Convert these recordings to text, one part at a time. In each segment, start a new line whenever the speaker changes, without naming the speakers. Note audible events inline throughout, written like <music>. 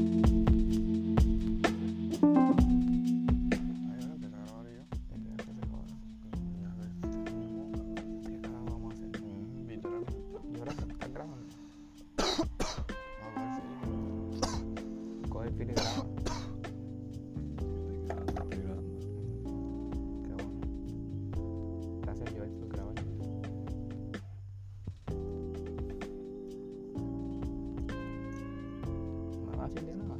<coughs>
Este, Mm,
hay filigrana.
Filigrana, filigrana.
Qué bueno. Gracias, Joel, por grabar. No va a hacer de nada.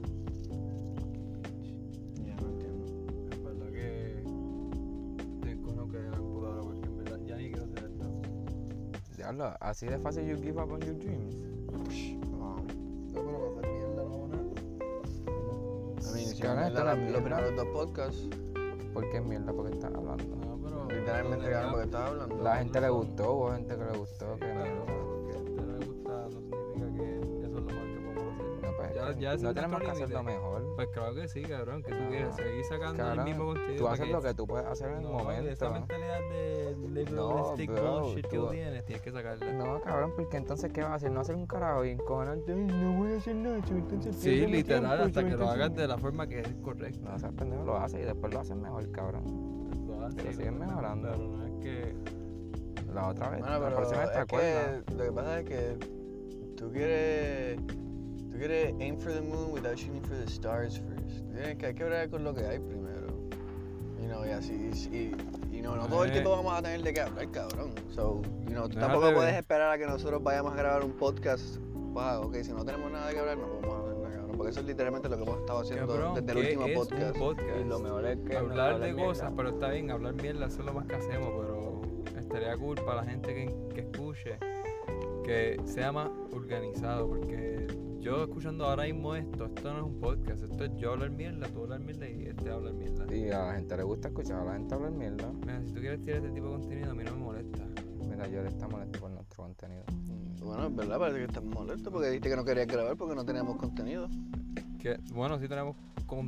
Ya no entiendo. Es verdad que desconozco que la computadora porque en verdad ya ni quiero hacer esto.
Diablo, así de fácil you give up on your dreams.
No, pero va a hacer mierda, no, no. A mí, si
Cabrón,
me
esto
la,
es mierda.
los primeros dos podcasts,
¿Por qué mierda? Porque están hablando.
No, pero.
literalmente
pero
claro porque estaba hablando.
La gente le gustó, hubo gente que le gustó, que no.
Claro, porque te no me gusta no significa que eso es lo mejor que podemos hacer.
No, pues,
Ya-
que
ya ese
no
es nuestro
tenemos que
límite.
hacerlo mejor.
Pues claro que sí, cabrón, que tú quieres seguir sacando el mismo
Cabrón,
contenido.
tú
para
haces lo que tú puedes hacer en el
Ah. No, Esa
momento.
mentalidad de
No,
liberalistic
bro,
bullshit que
tú-
tú tienes, tienes que sacarla.
No, cabrón, porque entonces ¿qué vas a hacer? No hacer un carajo y encojonarte. "Ay, No voy a hacer nada, chico, entonces
Sí,
pierdo mi
literal,
tiempo,
hasta
chico,
que lo
entonces
hagas
no".
de la forma que es correcta.
No, o sea, pendejo lo hace y después lo hace mejor, cabrón.
Lo haces,
Pero
lo
siguen
haces,
mejorando.
Pero no es que.
La otra vez,
Bueno,
la
pero
próxima vez te
es
acuerdas.
que lo que pasa es que tú quieres, tú quieres aim for the moon without shooting for the stars first. Tú Tienes que, hay que hablar con lo que hay primero. You know, y así, y, y no, no todo el
Eh.
tiempo vamos a tener de qué hablar, cabrón. So, you know, tú
Déjate
tampoco
ver.
puedes esperar a que nosotros vayamos a grabar un podcast. Wow, ok, si no tenemos nada que hablar, no podemos hablar nada, cabrón. Porque eso es literalmente lo que hemos estado haciendo
Cabrón,
desde el
¿qué
último
es un
podcast.
podcast?
Y lo mejor es que...
hablar de
hablen
cosas, pero está bien, hablar mierda, eso es lo más que hacemos, pero estaría cool para la gente que, que escuche que sea más organizado, porque yo escuchando ahora mismo esto, esto no es un podcast, esto es yo hablar mierda, tú hablar mierda y este hablar mierda.
Y a la gente le gusta escuchar a la gente hablar mierda.
Mira, si tú quieres tirar este tipo de contenido, a mí no me molesta.
Mira, yo le está molesto por nuestro contenido.
Bueno, es verdad, parece que estás molesto porque dijiste que no querías grabar porque no teníamos contenido.
Que, bueno, sí tenemos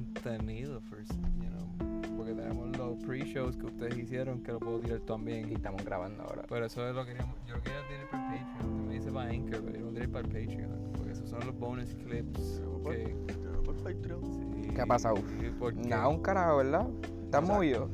contenido, first, you know, porque tenemos los pre-shows que ustedes hicieron, que lo puedo tirar también.
Y estamos grabando ahora.
Pero eso es lo que queríamos. Yo lo quería tirar para el Patreon. Tú me dices para Anchor, pero yo lo tiré para el Patreon. Porque esos son los bonus clips.
Pero, pues, ¿por?
Que,
Por Patreon.
sí,
¿Qué ha pasado?
y porque-
Nada, un carajo, ¿verdad? Está
Exacto.
movido.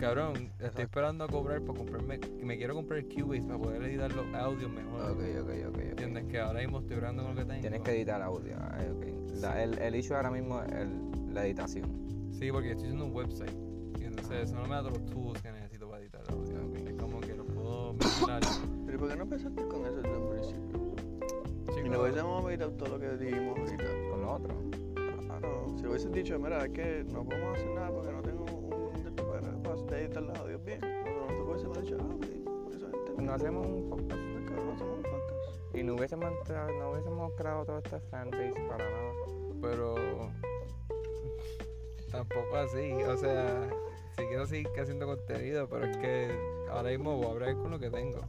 Cabrón,
Exacto.
estoy esperando a cobrar para comprarme. Me quiero comprar Cubase para poder editar los audios mejor.
Ok, ok, ok, ok.
¿Entiendes? Que ahora mismo estoy grabando con lo que tengo.
Tienes que editar audio. ah, ok. La- el, el issue ahora mismo es el- la editación.
Sí, porque estoy haciendo un website. Y entonces eso no me da todos los tools que necesito para editar el audio.
Ok.
Es como que lo puedo mezclar.
Pero ¿por qué no empezaste con eso desde un principio? Y
Chicos,
no hubiésemos editado todo lo que dijimos ahorita.
Con lo otro.
Claro. Si hubieses dicho, mira, es que no podemos hacer nada porque no tengo un de para, para editar los audios bien. Nosotros no hubiésemos dicho, ah, ok, por eso gente
No hacemos un podcast.
cabrón, no hacemos un podcast.
Y no hubiésemos, entrado- no hubiésemos creado todo este fanbase para nada.
pero tampoco así. O sea, si quiero seguir haciendo contenido, pero es que ahora mismo voy a hablar con lo que tengo.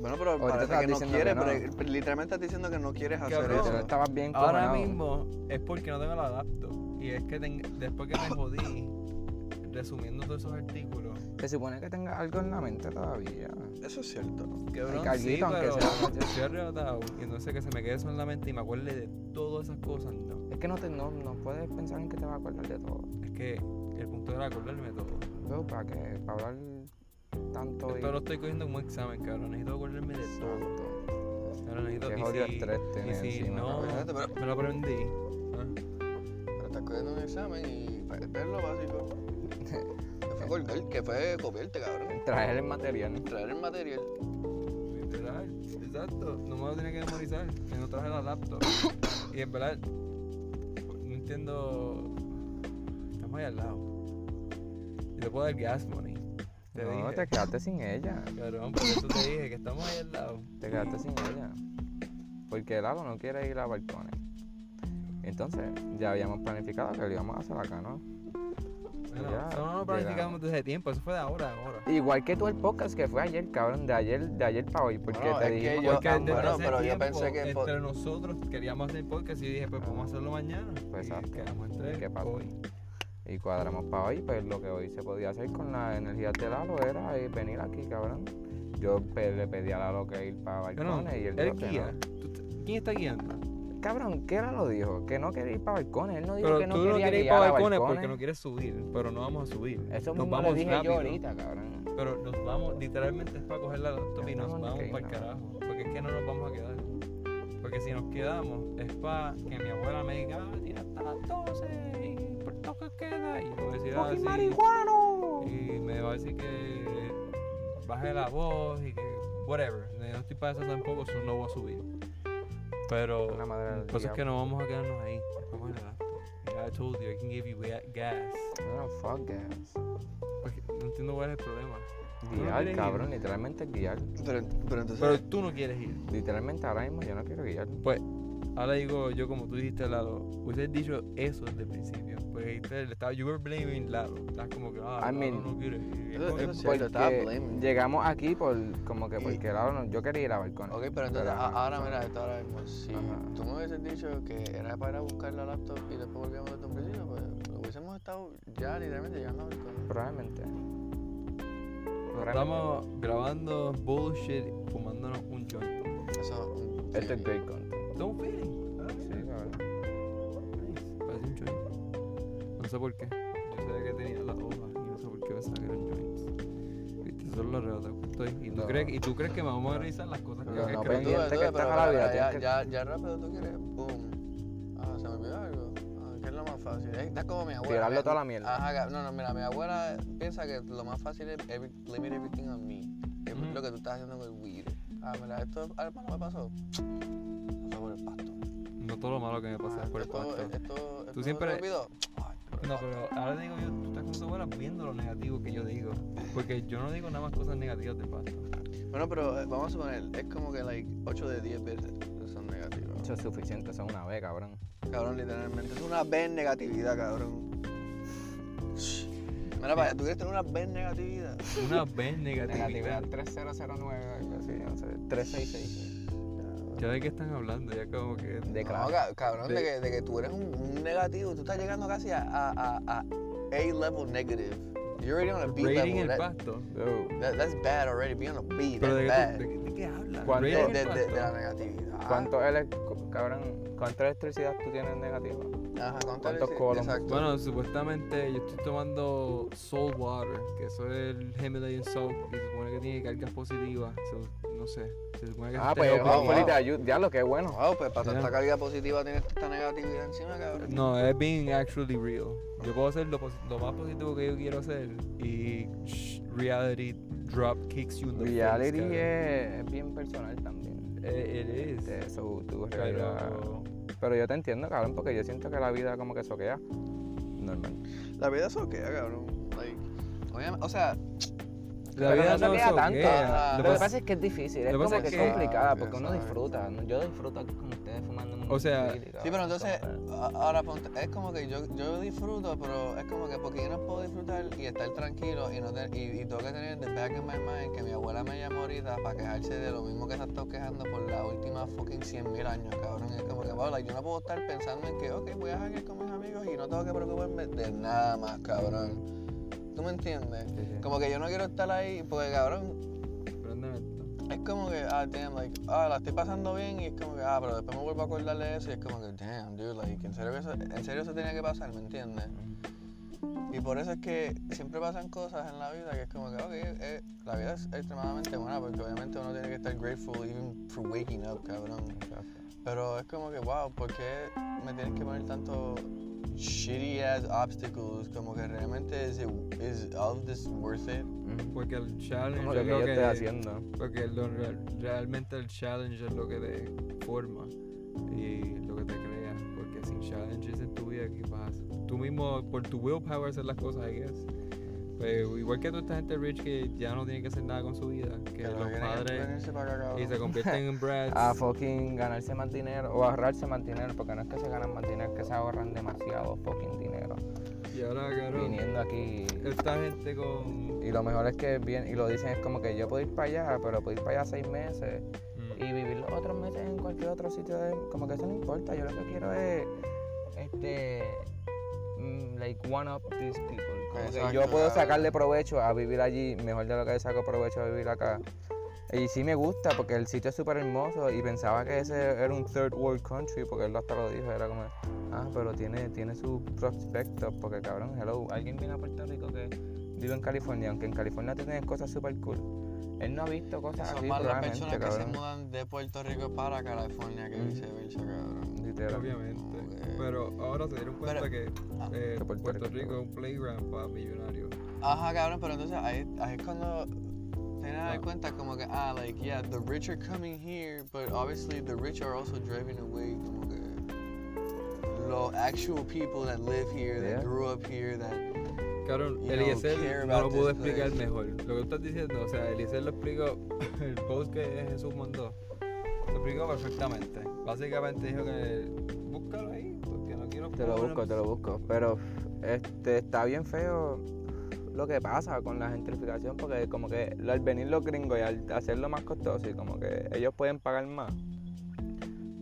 Bueno, pero
Ahorita
parece
estás
que no
diciendo
quieres,
que no.
pero, pero literalmente estás diciendo que no quieres hacer
Cabrón.
Pero
eso.
estabas bien
Ahora
cojonado.
mismo es porque no tengo la laptop. Y es que ten- después que me jodí resumiendo todos esos artículos.
Se supone que tengas algo en la mente todavía.
Eso es cierto.
Cabrón,
Hay
sí,
alguito, aunque
pero
sea.
estoy arrebatado. Y entonces que se me quede eso en la mente y me acuerde de todas esas cosas, no.
Es que no, te, no, no puedes pensar en que te vas a acordar de todo.
Es que el punto era acordarme todo.
Yo, para que para hablar tanto y
Esto lo estoy cogiendo como un examen, cabrón. Necesito acordarme de todo.
tanto.
Cabrón, necesito...
Qué
y
jodido
si-
estrés
y
tener
si
encima.
no,
cabrón.
Espérate, pero-
me lo aprendí.
Pero estás cogiendo un examen y para ver lo <laughs> básico. que fue colgar, que fue copiarte, cabrón.
Traer el material.
Traer el material.
Literal, exacto. No me lo tenía que memorizar, que no traje la laptop. y en verdad, no entiendo. Estamos ahí al lado. Yo te puedo dar gas money. Te
no,
dije.
te quedaste sin ella.
Cabrón, por eso te dije que estamos ahí al lado.
Te quedaste sin ella. Porque el Lalo no quiere ir a balcones. Entonces, ya habíamos planificado que lo íbamos a hacer acá, ¿no?
Bueno,
Ya,
eso no lo practicamos
llegamos.
desde tiempo, eso fue de ahora, a ahora.
Igual que tú el podcast que fue ayer, cabrón, de ayer, de ayer para hoy. Porque
Bueno,
te
es que
dijimos
yo-
Porque
ah,
desde
bueno,
hace
pero yo
tiempo,
pensé que po-
entre nosotros queríamos hacer podcast y dije, pues
Ah.
vamos a hacerlo mañana.
Pues
y
exacto.
quedamos entre
¿Y qué pasó?
hoy.
Y cuadramos para hoy, pues lo que hoy se podía hacer con la energía de Lalo era eh, venir aquí, cabrón. Yo pe- le pedí a Lalo que ir para
Cabrón,
balcones y él
él
dijo que
guía.
no.
Tú te- ¿Quién está guiando?
Cabrón, ¿qué Lalo dijo? Que no quería ir para balcones. Él no dijo
Pero
que no
tú no
quería
quieres ir
guiar
para
a
balcones porque no quieres subir, pero no vamos a subir.
Eso
nos
mismo
vamos
le dije
rápido,
yo ahorita, cabrón.
Pero nos vamos, literalmente es para coger la laptop y
Ya
nos
estamos
vamos
aquí,
para el
no.
carajo. Porque es que no nos vamos a quedar. Porque Porque si nos quedamos, es para que mi abuela me diga, "Ah, tira hasta las 12 y por toque queda. Y yo voy a decir "Ah,
¡Fucking
así.
marihuano!
Y me va a decir que baje la voz y que. Whatever. No estoy para eso tampoco, so no voy a subir. Pero.
La madre del
Pues es que
diablo.
no vamos a quedarnos ahí. Vamos a relajar. I told you, I can give you ga- gas.
No, fuck gas.
Porque no entiendo cuál es el problema. no
Guiar,
quieres
cabrón,
ir.
literalmente es guiar.
Pero, pero entonces.
Pero tú no quieres ir.
Literalmente ahora mismo yo no quiero guiar.
Pues, ahora digo yo como tú dijiste, Lalo. Hubiese dicho eso desde el principio. Pues dijiste, le estaba, you were blaming Lalo. Estás como que, ah,
I
Lalo
mean,
no quiere ir. Es
eso-
como que-
eso sí. Cierto, estaba
Porque
blaming.
llegamos aquí por como que
Y-
porque claro, no, yo quería ir a balcones.
ok, pero entonces ah,
Pero,
a-
ajá.
ahora mira esto ahora mismo. Si
Ajá.
tú me hubieses dicho que era para ir a buscar la laptop y después volvíamos de un principio, pues lo hubiésemos estado ya literalmente llegando a balcón.
Probablemente.
Nos Estamos grabando bullshit, fumándonos un joint.
Eso. mm,
Este es
sí.
great content.
Don't feel it.
Sí, cabrón.
Ah, Nice. Parece un joint. No sé por qué. Yo sabía que tenía las hojas y no sé por qué pensaba que eran joints. Viste, eso es lo real que estoy. ¿Y tú,
No.
crees, y tú crees que me vamos a revisar las cosas que
No,
que
no,
creo
Pero tú,
que-
pendiente
tú,
que estás a la vida,
ya,
tienes que-
ya, ya rápido tú quieres, boom. Ah, se me olvidó algo. Ah, que es lo más fácil. Eh, Estás como mi abuela.
Tirarle
mi-
toda la mierda.
Ajá, ga- no, no, mira, mi abuela piensa que lo más fácil es every- limit everything on me. Es
Ujú.
lo que tú estás haciendo con el weed. Ah, mira, esto además no me pasó. Pasó por el pasto. Ah,
No todo lo malo que me pasa Ah, es por el
esto,
pasto.
Esto, esto
Tú siempre-
se me olvidó. Ay, por el
No,
pasto.
pero ahora digo yo, tú estás como tu abuela viendo lo negativo que yo digo. Porque yo no digo nada más cosas negativas de pasto.
Bueno, pero eh, vamos a suponer, es como que like 8 de 10 veces son negativos.
Eso es suficiente, eso es una vez, cabrón.
Cabrón, literalmente. Es una vez negatividad, cabrón. Mira, para, ¿tú quieres tener una vez negatividad?
Una vez
Negatividad
negatividad.
3009, algo así, no sé, 366.
Ya de qué están hablando, ya como que.
De
No,
clase.
ca- cabrón, de,
De-
que, de que tú eres un, un negativo. Tú estás llegando casi a, a, a, a A-level negative. You're already on a B
Rating
level.
el
That,
pasto.
Dude,
that- that's bad already. Be on a B,
Pero de,
that's
qué- de, qué- de qué hablas?
¿Cuánto-
bad.
Rating
De,
el
de- de- de la
pasto.
negatividad.
¿Cuánto ele- cabrón, cuánta electricidad tú tienes negativa?
Ajá, ¿cuánto
cuántos
eres?
colon?
Exacto.
Bueno, supuestamente yo estoy tomando Soul Water, que eso es el Himalayan Soap, y se supone que tiene cargas positivas. so, no sé, se supone que
Ah,
es
pues
terapia.
wow,
hopefully
wow.
te ayuda. Ya lo que es bueno.
Wow, pues para
Ya.
tanta carga positiva tienes esta negatividad encima, cabrón.
No, es being actually real. Yo puedo hacer lo, posi- lo más positivo que yo quiero hacer y shh, reality drop kicks you in the
Reality
face. cabrón.
es, es bien personal también.
Eh, It is.
Este, Eso, tu realidad.
Pero,
Pero yo te entiendo, cabrón, porque yo siento que la vida como que soquea. Normal.
La vida es ok, cabrón. Like, obviamente, o sea,
la
Pero no
vida no
soquea tanto.
soquea.
Lo
Lo,
Lo
que
pas-
pasa es que es difícil, es
lo que
como
pasa
que
es
es
que-
complicada, porque uno
Exacto.
disfruta. ¿no? Yo disfruto aquí con ustedes fumando un
O sea-
chili,
Sí, pero
cabrón,
entonces,
como que-
a- ahora ponte, es como que yo, yo disfruto, pero es como que porque yo no puedo disfrutar y estar tranquilo y, no te- y, y tengo que tener de back in my mind que mi abuela me llamó ahorita para quejarse de lo mismo que se ha estado quejando por la última fucking 100 mil años, cabrón. Es como que, wow, like, yo no puedo estar pensando en que, ok, voy a janguear con mis amigos y no tengo que preocuparme de nada más, cabrón. ¿Tú me entiendes?
Sí, sí.
Como que yo no quiero estar ahí porque, cabrón,
Prendeme esto.
es como que, ah, damn, like, ah, la estoy pasando bien y es como que, ah, pero después me vuelvo a acordar de eso y es como que, damn, dude, like, en serio, que eso, en serio eso tenía que pasar, ¿me entiendes? Y por eso es que siempre pasan cosas en la vida que es como que, ok, eh, la vida es extremadamente buena porque obviamente uno tiene que estar grateful even for waking up, cabrón.
Exacto.
Pero es como que, wow, ¿por qué me tienes que poner tanto shitty ass obstacles? Como que realmente, is, it, is all of this worth it?
Mm.
Porque el
Como
challenge
que
es
yo
lo
estoy
que.
haciendo.
Porque lo re- realmente el challenge es lo que te forma y lo que te crea. Porque sin challenges en tu vida, ¿qué pasa? Tú mismo, por tu willpower, hacer las cosas, I guess. Pero igual que toda esta gente rich que ya no tiene que hacer nada con su vida, que,
lo
los
que tienen que
padres
venirse para acá,
y
cabrón.
se convierten en brats.
A fucking ganarse más dinero o ahorrarse más dinero, porque no es que se ganan más dinero, es que se ahorran demasiado fucking dinero.
y ahora, cabrón,
Viniendo aquí.
esta gente con. mm,
Y lo mejor es que bien, y lo dicen es como que yo puedo ir para allá, pero puedo ir para allá seis meses
Mm.
y vivir los otros meses en cualquier otro sitio, de- como que eso no importa, yo lo que quiero es, este, mm, like one up these people. Como que yo
Exacto,
puedo
claro.
sacarle provecho a vivir allí, mejor de lo que le saco provecho a vivir acá. Y sí me gusta porque el sitio es súper hermoso y pensaba que ese era un third world country porque él hasta lo dijo, era como, ah, pero tiene, tiene sus prospectos porque cabrón, hello, alguien viene a Puerto Rico que vive en California, aunque en California tú tienes cosas súper cool, Él no ha visto cosas
Son
así
más las
probablemente,
personas que se
cabrón.
mudan de Puerto Rico para California que
Mm.
viceversa, cabrón.
Literal.
Obviamente.
Ok.
Pero ahora se dieron cuenta
Pero-
que
Ah.
eh,
Que Puerto
Puerto,
Rico,
Rico es un playground para millonarios.
Ajá, cabrón, pero entonces ahí, ahí es cuando te das
No.
cuenta como que, ah, like, yeah, the rich are coming here, but obviously the rich are also driving away como que los actual people that live here,
Yeah.
that grew up here, that...
Claro,
You don't care
Eliezer E no lo
about
pudo
this place.
explicar mejor. Lo que tú estás diciendo, o sea, Eliezer E lo explicó, <laughs> el post que Jesús mandó, lo explicó perfectamente. Básicamente dijo que búscalo ahí, porque no quiero
Te lo
problemas.
busco, te lo busco. Pero este, está bien feo lo que pasa con la gentrificación, porque como que al venir los gringos y al hacerlo más costoso y como que ellos pueden pagar más.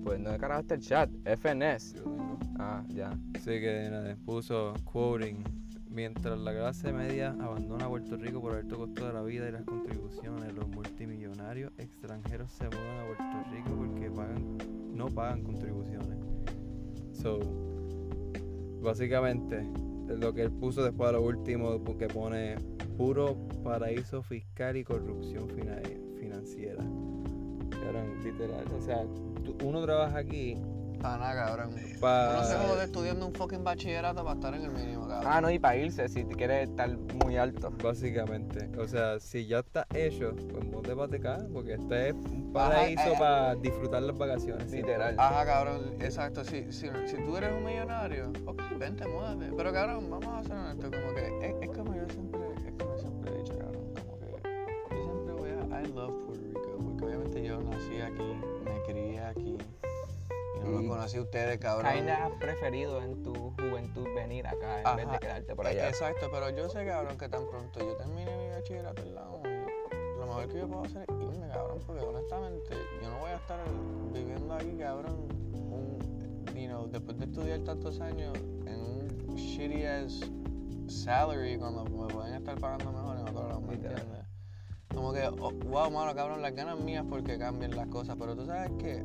Pues no de carajo está el chat, FNS.
Sí, lo tengo.
E Ah, ya.
Así que nada, puso quoting. Mientras la clase media abandona Puerto Rico por el alto costo de la vida y las contribuciones, los multimillonarios extranjeros se mudan a Puerto Rico porque pagan, no pagan contribuciones. So, básicamente, lo que él puso después de lo último, que pone puro paraíso fiscal y corrupción fina- financiera. Cabrón, literal, o sea, tú- uno trabaja aquí
Para nada, cabrón.
Ah.
para...
Yo no sé cómo estoy estudiando un fucking bachillerato para estar en el mínimo, cabrón.
Ah, no, y para irse, si te quieres estar muy alto.
Básicamente, o sea, si ya está hecho, pues no te vas acá, porque este es un
Ajá,
paraíso
eh,
para disfrutar las vacaciones. sí.
Literal.
Ajá, cabrón, exacto. Si, si, si tú eres un millonario, ok, vente, muévate. Pero, cabrón, vamos a ser honestos. Como que es, es como yo siempre, es como siempre he dicho, cabrón. Como que yo siempre voy a. I love Puerto Rico, porque obviamente yo nací aquí, me crié aquí. Y no
Y
lo conocí a ustedes, cabrón.
Kinda has preferido en tu juventud venir acá en vez
Ajá,
de quedarte por
Eh,
allá.
Exacto, pero yo sé, cabrón, que tan pronto yo termine mi bachillerato en la uni, lo mejor que yo puedo hacer es irme, cabrón, porque honestamente yo no voy a estar viviendo aquí, cabrón, un, you know, después de estudiar tantos años en un shitty ass salary cuando me pueden estar pagando mejor en otro lado, ¿me
Literal.
entiendes? Como que, oh, wow, mano, cabrón, las ganas mías porque cambian las cosas, pero tú sabes que,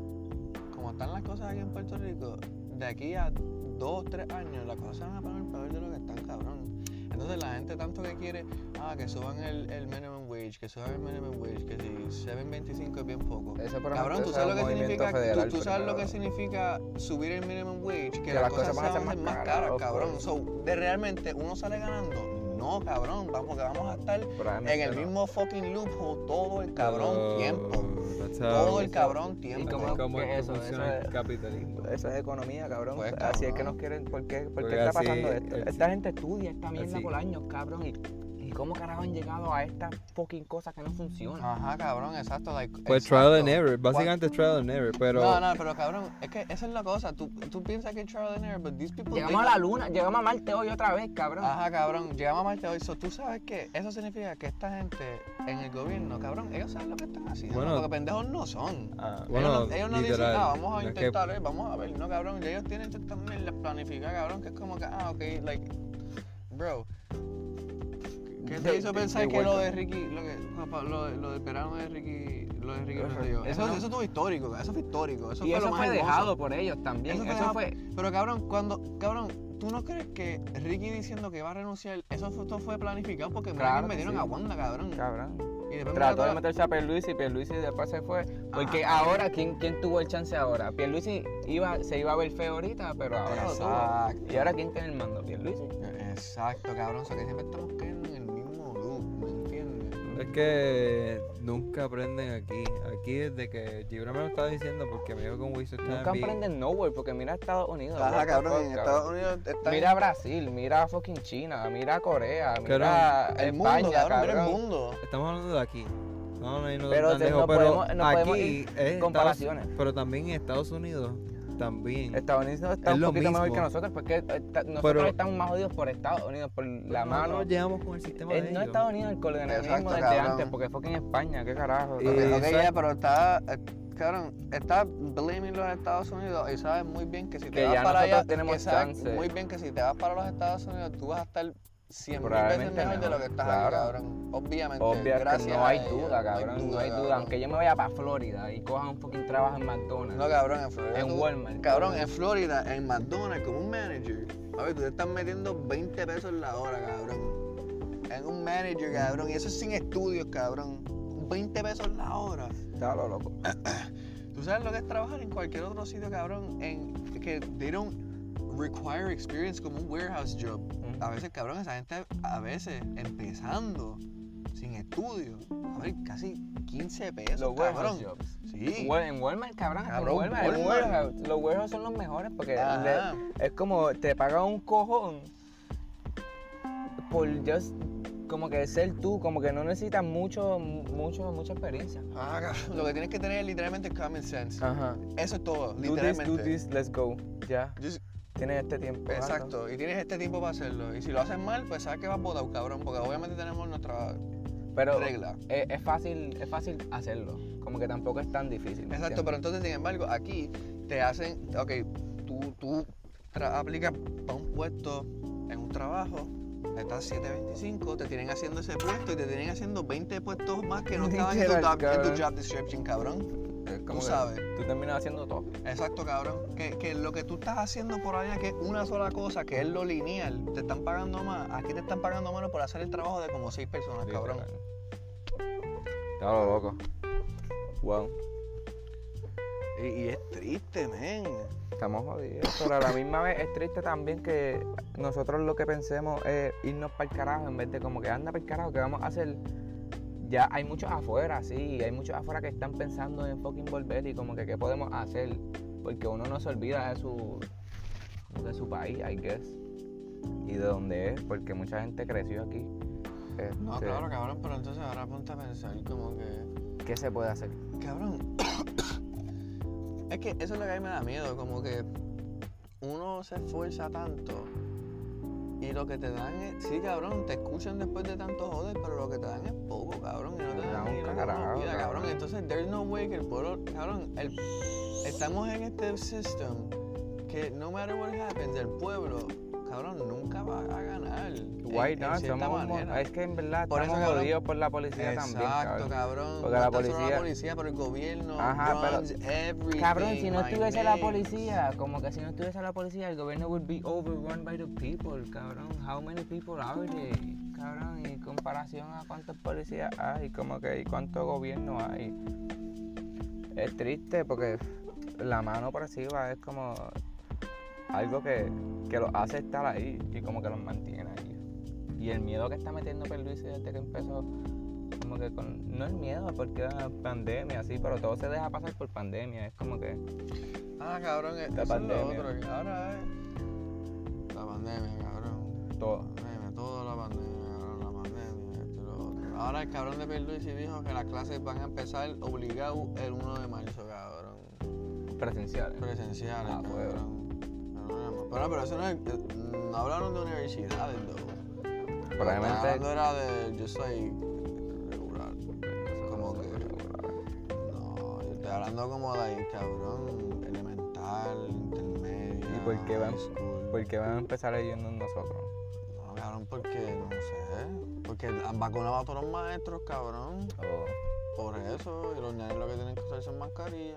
como están las cosas aquí en Puerto Rico, de aquí a dos, tres años, las cosas se van a poner peor de lo que están, cabrón. Entonces la gente tanto que quiere, ah, que suban el, el minimum wage, que suban el minimum wage, que si 7.25 es bien poco.
Eso por
Cabrón,
ejemplo, eso
¿tú
es
sabes, lo
un
que
movimiento
significa, tú-
federal,
tú sabes lo
pero-
que significa subir el minimum wage, que,
Que
las
las
cosas,
cosas
se van a hacer más caras,
of
cabrón.
course.
So, de realmente uno sale ganando, no, cabrón, vamos, que vamos a estar en
probablemente
el
no.
mismo fucking loophole todo el cabrón
Oh,
tiempo.
that's how-
Todo el cabrón tiempo.
cómo-
that's cómo es
que
que
eso,
funciona
eso
el
es-
capitalismo.
Eso es economía, cabrón.
Pues,
Así es que
cabrón.
nos quieren. ¿Por qué, por qué
Porque
está
así
pasando
es-
esto?
así-
Esta gente estudia esta mierda
así-
por años, cabrón. ¿Y, y cómo carajo han llegado a estas fucking cosas que no funcionan?
Ajá, cabrón, exacto. like,
Pues
exacto.
trial and error, básicamente trial and error, pero...
No, no, pero cabrón, es que esa es la cosa. Tú, tú piensas que es trial and error, but these people.
Llegamos a
think-
la luna, llegamos a Marte hoy otra vez, cabrón.
Ajá, cabrón, llegamos a Marte hoy. So, tú sabes que eso significa que esta gente en el gobierno, cabrón, ellos saben lo que están haciendo.
Bueno.
porque pendejos no son.
Ah,
Bueno,
ellos no, ellos no
literal,
dicen, ah, vamos a
no es que-
intentar, eh, vamos a ver, no, cabrón. Ya ellos tienen que también la planificar, cabrón, que es como que, ah, ok, like, bro. ¿Qué te
They-
hizo
they-
pensar
they
que lo
work
de Ricky, lo, que, papá, lo, de- lo del verano de Ricky, lo de Ricky
Eso-
Rosselló?
eso
Eso,
no-
eso, estuvo histórico, eso fue histórico, eso
y
fue
eso
lo más
fue
hermoso.
dejado por ellos también.
Eso
Eso,
fue dejado-
fue.
Pero cabrón, cuando, cabrón, ¿tú no crees que Ricky diciendo que va a renunciar, eso fue, esto fue planificado porque me
Claro que
metieron
sí.
a Wanda, cabrón?
Cabrón.
Y después
Trató de
metieron a-
meterse a Pierluisi y Pierluisi después se fue. Porque
Ah.
ahora, ¿quién, ¿quién tuvo el chance ahora? Pierluisi iba, se iba a ver feo ahorita, pero ahora lo tuvo.
Exacto.
¿Y ahora quién tiene el mando? ¿Pierluisi?
Exacto, cabrón, o sea que siempre estamos cayendo en el mismo loop, ¿me entiendes?
Es que nunca aprenden aquí. Aquí desde que Gibran me lo estaba diciendo porque me dijo con Wiso
Nunca aprenden nowhere, porque mira a Estados Unidos. what the fuck,
Unidos está
Mira a Brasil, mira a fucking China, mira a Corea,
Cabrón,
mira a
el mundo,
España,
cabrón, mira el
cabrón.
mundo.
Estamos hablando de aquí. No, no, y no
Pero
tan
te-
lejos,
no
pero
podemos- no
aquí
podemos ir
es Estados-
comparaciones.
pero también en Estados Unidos, también.
Estados Unidos está
Es
un
lo
poquito mejor
mismo.
que nosotros, porque eh, está- nosotros
Pero-
estamos más jodidos por Estados Unidos, por la mano.
Nosotros llegamos con el sistema de
Eh, no
ellos.
Estados Unidos, el colonialismo
Exacto,
desde
cabrón.
antes, porque fucking España, qué carajo.
Y-
Ok,
cabrón.
ok,
Exacto.
ya, pero está, eh, cabrón, está blaming los Estados Unidos y sabes muy bien que si te
Que
vas
ya
para allá,
nosotros tenemos
que sabes
chance.
muy bien que si te vas para los Estados Unidos, tú vas a estar 100 mil veces
Probablemente
mejor, de lo que
mejor,
estás
claro.
aquí, cabrón. Obviamente,
Obvio que
gracias
no
a
hay
ellos,
duda, cabrón, no hay duda.
cabrón.
Aunque yo me vaya para Florida y coja un fucking trabajo en McDonald's.
No, cabrón, en Florida.
En
tú-
Walmart.
Cabrón, en Florida, en McDonald's, como un manager. A ver, tú te estás metiendo 20 pesos la hora, cabrón. En un manager, cabrón. Y eso es sin estudios, cabrón. 20 pesos la hora.
Dalo, loco.
Tú sabes lo que es trabajar en cualquier otro sitio, cabrón, en que they don't require experience como un warehouse job.
Mm.
A veces, cabrón, esa gente a veces empezando sin estudio, a ver, casi 15 pesos,
Los
cabrón.
warehouse jobs.
Sí.
Wa- En Walmart, cabrón, hasta en
Cabrón,
Walmart, en
Walmart.
warehouse. Los warehouse son los mejores porque
Ajá.
le- es como te paga un cojón por just como que ser tú, como que no necesitas mucho, mucho, mucha experiencia.
Ah, cabrón, Lo que tienes que tener es literalmente common sense.
Ajá.
Eso es
Do
todo,
this,
literalmente.
do this, let's go. Ya.
Just-
Tienes este tiempo. hazlo.
Exacto, y tienes este tiempo para hacerlo. Y si lo haces mal, pues sabes que vas botado, cabrón, porque obviamente tenemos nuestra
Pero
regla.
es, es fácil, es fácil hacerlo. Como que tampoco es tan difícil. ¿me
Exacto, pero
entiendes?
entonces, sin embargo, aquí te hacen, ok, tú, tú tra- aplicas para un puesto en un trabajo, estás 7.25, te tienen haciendo ese puesto y te tienen haciendo 20 puestos más que no estaban en tu,
Literal,
job, en tu
cabrón.
job description, cabrón.
Es como
tú
que
sabes.
Tú terminas haciendo todo.
Exacto, cabrón. Que, que lo que tú estás haciendo por allá, que es una sola cosa, que es lo lineal, te están pagando más. Aquí te están pagando menos por hacer el trabajo de como seis personas, cabrón.
Claro, loco. Wow.
Y, y es triste, men.
Estamos jodidos, pero a la misma vez es triste también que nosotros lo que pensemos es irnos para el carajo en vez de como que anda para el carajo, que vamos a hacer? Ya hay muchos afuera, sí, hay muchos afuera que están pensando en fucking volver y como que qué podemos hacer, porque uno no se olvida de su, de su país, I guess, y de dónde es, porque mucha gente creció aquí.
No,
Este,
claro, cabrón, pero entonces ahora ponte a pensar como que...
¿Qué se puede hacer?
Cabrón. <coughs> es que eso es lo que a mí me da miedo, como que uno se esfuerza tanto y lo que te dan es. Sí, cabrón, te escuchan después de tanto joder, pero lo que te dan es poco, cabrón. Y no
Te
te
dan
dan ni
un
lo que uno
carajo,
pida,
cabrón.
cabrón. Entonces, there's no way que el pueblo. Cabrón, el- estamos en este system que no matter what happens, el pueblo, cabrón, nunca va a ganar. en-
Why
en
not?
cierta
Somos un mo-
manera.
es que en verdad
Por eso,
estamos
cabrón.
jodidos por la policía también.
Exacto, cabrón.
Porque
No
la
tan solo
policía-
la policía, pero el gobierno
Ajá, pero-
runs everything.
Cabrón, si no
my
estuviese la
man.
policía, como que si no estuviese la policía, el gobierno would be overrun by the people, cabrón. How many people are there? Cabrón, y en comparación a cuántos policías hay, como que y cuánto gobierno hay. Es triste porque la mano opresiva es como algo que, que los hace estar ahí y como que los mantiene ahí. Y el miedo que está metiendo Perluisi desde que empezó, como que con, no el miedo porque era pandemia, sí, pero todo se deja pasar por pandemia. Es como que
Ah, cabrón, eso
La
es lo
pandemia.
otro. que Ahora es. La pandemia, cabrón.
todo.
Pandemia, toda la pandemia, cabrón, la pandemia, esto y lo otro. Ahora el cabrón de Pierluisi dijo que las clases van a empezar obligado el 1 de marzo, cabrón.
presenciales.
Presenciales,
Ah, bueno.
cabrón. Pero, Pero, pero eso no es. No hablaron de universidades, though. Probablemente.
Probablemente.
era de. Yo soy regular. Como que. No, yo estoy hablando como de ahí, cabrón. Elemental, intermedio.
¿Y por
Ah,
qué van-
No,
Porque van a empezar ellos no nosotros.
cabrón, porque no sé. Porque han vacunado a todos los maestros, cabrón.
O-
Por eso. Y los niños lo que tienen que usar son mascarillas.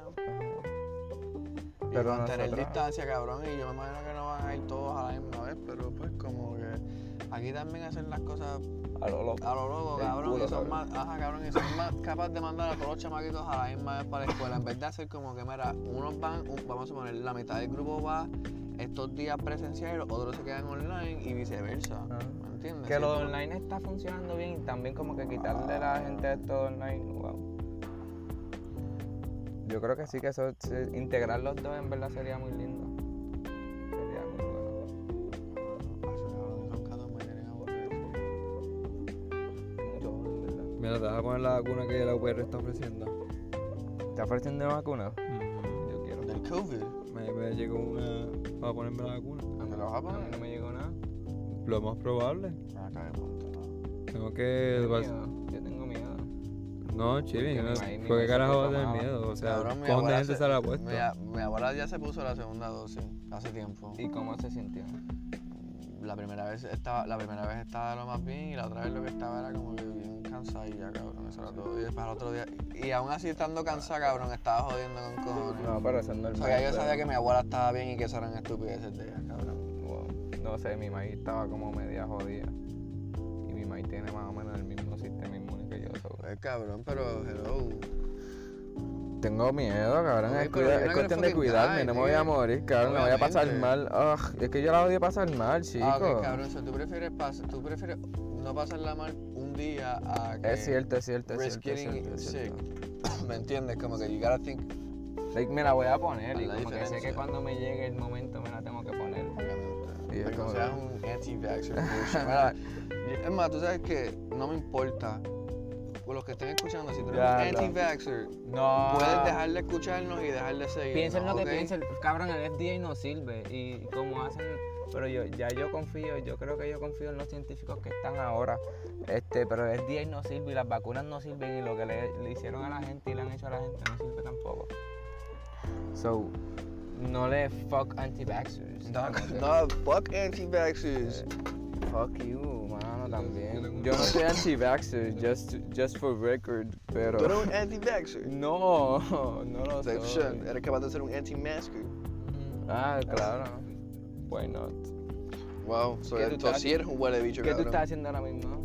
Pero
y mantener
nosotros-
distancia, cabrón. Y yo me imagino que no van a ir todos a la misma vez, pero pues como que. Aquí también hacen las cosas
a lo loco.
A lo loco,
Del
cabrón,
culo,
y son
cabrón.
más, ajá, cabrón, y son más capaces de mandar a todos los chamaquitos a la misma vez para la escuela. En vez de hacer como que, mira, unos van, un- vamos a suponer, la mitad del grupo va estos días presenciales, los otros se quedan online y viceversa.
Ah.
¿Me entiendes?
Que
Sí,
lo
como-
online está funcionando bien y también como que quitarle a la gente esto online, wow. Yo creo que sí que eso, sí, integrar los dos en verdad sería muy lindo. Sería muy bueno.
Ah, sí, cabrón, esos gatos me tienen aburrido.
Mucho bueno, en verdad.
Mira, te vas a poner la vacuna que la UPR está ofreciendo.
¿Estás ofreciendo vacuna? Yo quiero.
Del COVID.
Me, me llegó una para ponerme la vacuna.
A mí
¿Te la vas a
no- a mí
poner? Ah,
no me llegó nada.
Lo más probable.
Acá de punto.
Tengo que.
Yo tengo miedo, Yo tengo miedo.
No,
Porque
chile, yo no-
mi maíz mismo
¿por qué
se
carajo va a
puso
tener
mala.
miedo? O sea,
Cabrón, mi
¿con
abuela
de gente se la ha
Pues
puesto?
Mi, a- mi abuela ya se puso la segunda dosis hace tiempo.
¿Y cómo se sintió?
La primera vez estaba, la primera vez estaba lo más bien y la otra vez lo que estaba era como que bien cansada y ya, cabrón, eso era todo. Y después al otro día, y aún así estando cansada, cabrón, estaba jodiendo con cojones.
No, pero eso es
o
normal.
sea, que yo
pero-
sabía que mi abuela estaba bien y que eso eran estupideces de ella, cabrón.
Wow. No sé, mi maíz estaba como media jodida. Y mi maíz tiene más o menos el mismo sistema inmune que yo. so.
Pues cabrón, pero hello.
Tengo miedo, cabrón.
Ok,
es,
pero
cuida- es
you're not gonna
cuestión de
fucking
cuidarme.
die,
no me voy a
nigga.
morir, cabrón. No voy a pasar mal.
Obviamente.
Ugh, es que yo la odio pasar mal, chico.
Ah, ok, cabrón, o sea, tú prefieres, pas- tú prefieres no pasarla mal un día a que
es cierto, es cierto, es
eh, risk
cierto. es cierto,
getting
es
sick. <coughs>
cierto.
¿Me entiendes? Como que you gotta think.
Like, me la voy a poner y
La
como que sé que
diferencia.
cuando me llegue el momento me la tengo que poner.
Obviamente.
Y es
Like, no
como
seas un <laughs> anti-vaxxer. bullshit. Mira, y- es más, tú sabes que no me importa. Por los que estén escuchando, si tú eres
Ya,
un
lo-
anti-vaxxer,
No.
puedes dejar de escucharnos y dejar de seguir.
Piensa en lo que piensa, cabrón, el FDA no sirve. Y como hacen. Pero yo, ya yo confío, yo creo que yo confío en los científicos que están ahora. Este, pero el FDA no sirve y las vacunas no sirven y lo que le, le hicieron a la gente y le han hecho a la gente no sirve tampoco. So, no le fuck anti-vaxxers.
<laughs> No,
Como que- <laughs>
no, fuck anti-vaxxers.
Fuck you, mano, también.
tengo-
Yo no soy anti-vaxxer, just, just for record, pero...
Tú eres un <laughs> anti-vaxxer.
No, <laughs> no lo
Like,
soy.
shit, eres capaz de ser un anti-masker.
Ah, claro. Why not?
Wow, so
¿Qué tú
entonces
estás-
sí eres un huele bicho,
¿Qué tú
cabrón.
estás haciendo ahora mismo?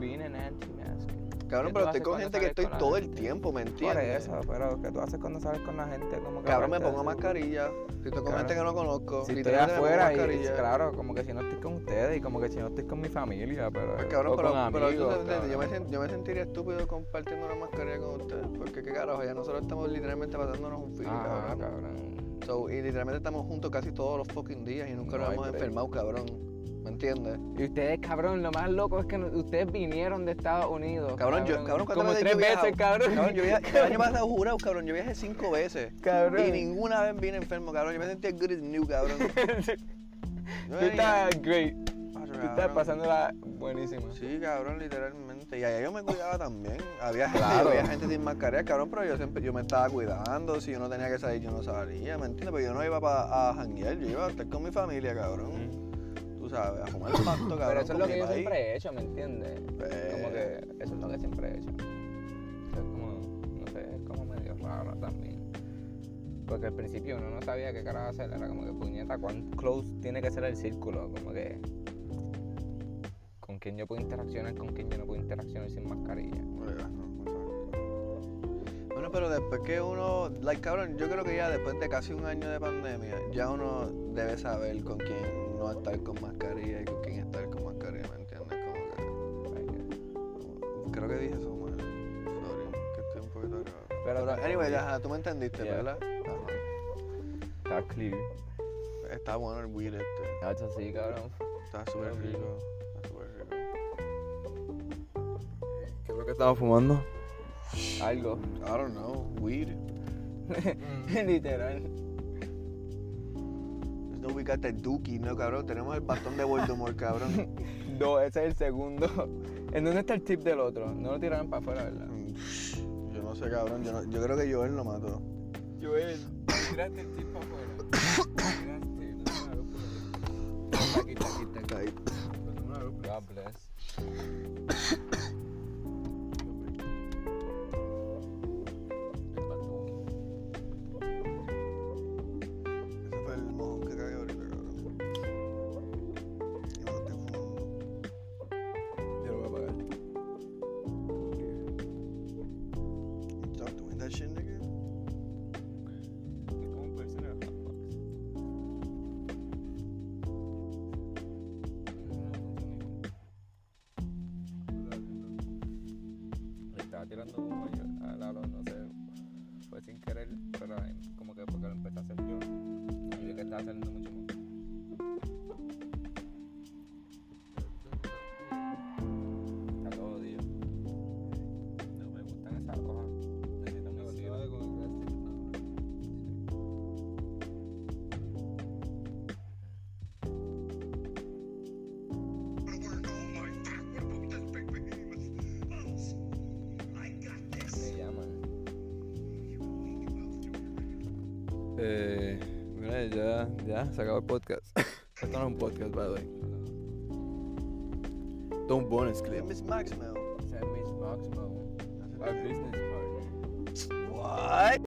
Being an anti-mask.
Cabrón,
¿Qué tú
pero
haces
estoy con
cuando
gente que
sales
estoy
con la
todo el
gente?
tiempo, ¿me entiendes?
Por eso, pero ¿qué tú haces cuando sales con la gente? Como que
Cabrón, me
aparte de
pongo
eso,
mascarilla. Si estoy con
Claro.
gente que no conozco,
Si estoy
literalmente me pongo
afuera y,
mascarilla.
claro, como que si no estoy con ustedes y como que si no estoy con mi familia, pero...
Pues, cabrón,
o
pero,
con
pero tú
amigos,
te entiendes, yo, me,
cabrón.
sent- yo me sentiría estúpido compartiendo una mascarilla con ustedes, porque qué carajo, ya nosotros estamos literalmente pasándonos un filo,
Ah,
cabrón.
cabrón.
So, y literalmente estamos juntos casi todos los fucking días y nunca
No
nos
hay
hemos
break.
enfermado, cabrón. ¿Me entiendes?
Y ustedes, cabrón, lo más loco es que no- ustedes vinieron de Estados Unidos.
Cabrón, yo, cabrón, ¿cuántas
Pues, Como
veces
tres
yo he
veces,
viajado?
cabrón.
Cabrón,
<laughs>
yo viajé, el año pasado jurado, cabrón, yo viajé cinco veces.
Cabrón.
Y ninguna vez vine enfermo, cabrón. Yo me sentía good as
<laughs>
new, cabrón. Yo
Tú
venía-
estás great.
Ah,
Tú estás
cabrón.
pasándola buenísima.
Sí, cabrón, literalmente. Y allá yo me cuidaba también. Había gente,
Claro.
había gente sin mascarilla, cabrón, pero yo siempre yo me estaba cuidando. Si yo no tenía que salir, yo no salía, ¿me entiendes? Pero yo no iba pa- a janguear, yo iba a estar con mi familia, cabrón. Tú sabes, a fumar el pasto, cabrón.
Pero eso es
con
lo
mi
que yo
país.
siempre he hecho, ¿me entiendes? Como que
Eh,
eso es lo que siempre he hecho. Eso es como, no sé, es como medio raro también. Porque al principio uno no sabía qué carajo hacer, era como que puñeta, cuán close tiene que ser el círculo, como que con quién yo puedo interaccionar, con quién yo no puedo interaccionar sin mascarilla.
Bueno, no, no, no. Bueno, pero después que uno, like cabrón, yo creo que ya después de casi un año de pandemia, ya uno debe saber con quién no estar con mascarilla y con quién estar con mascarilla, ¿me entiendes? Como
Ay, Dios.
que, creo que dije eso mal. Sorry, que estoy un poquito acabado.
Pero
Pero,
te
anyway,
entendí.
ajá, tú me entendiste,
Yeah.
¿verdad? Ajá.
Está clear.
Está bueno el weed este,
Ah, Eso sí, cabrón.
está súper
Ok.
rico, está súper rico.
¿Qué es lo que estamos fumando?
Algo.
I don't know, weed.
<laughs> Literal.
There's no we got the dookie, no cabrón, tenemos el bastón de Voldemort, cabrón. <laughs>
Dos, ese es el segundo. <laughs> ¿En dónde está el tip del otro? No lo tiraron para afuera, ¿verdad?
Mm, Yo no sé, cabrón. Yo, no- yo creo que Joel lo mató.
Joel, tiraste el tipo afuera. Tiraste, no es una locura. Está aquí, está aquí, está aquí.
Está ahí.
Pero no es una locura.
God
<coughs>
bless.
Ese fue el mojón que cagué ahorita, cabrón. Y me lo estoy fumando.
Yo lo voy a apagar.
Stop doing that shit, nigga.
¿Cómo puede ser el
Le estaba tirando humo yo al aro, no sé. Fue sin querer, pero eh, como que porque lo empecé a hacer yo. Y vi que estaba saliendo mucho humo. Está todo jodido. No me gustan esas hojas. Necesito un negociador. Me llaman.
Eh, mira, ya, ya, se acabó el podcast. <laughs> Esto no es un podcast, by the way. Esto es un bonus
Hey,
clip.
Miss Maxwell.
Send me Box Mode.
That's
Our
it.
business partner.
What?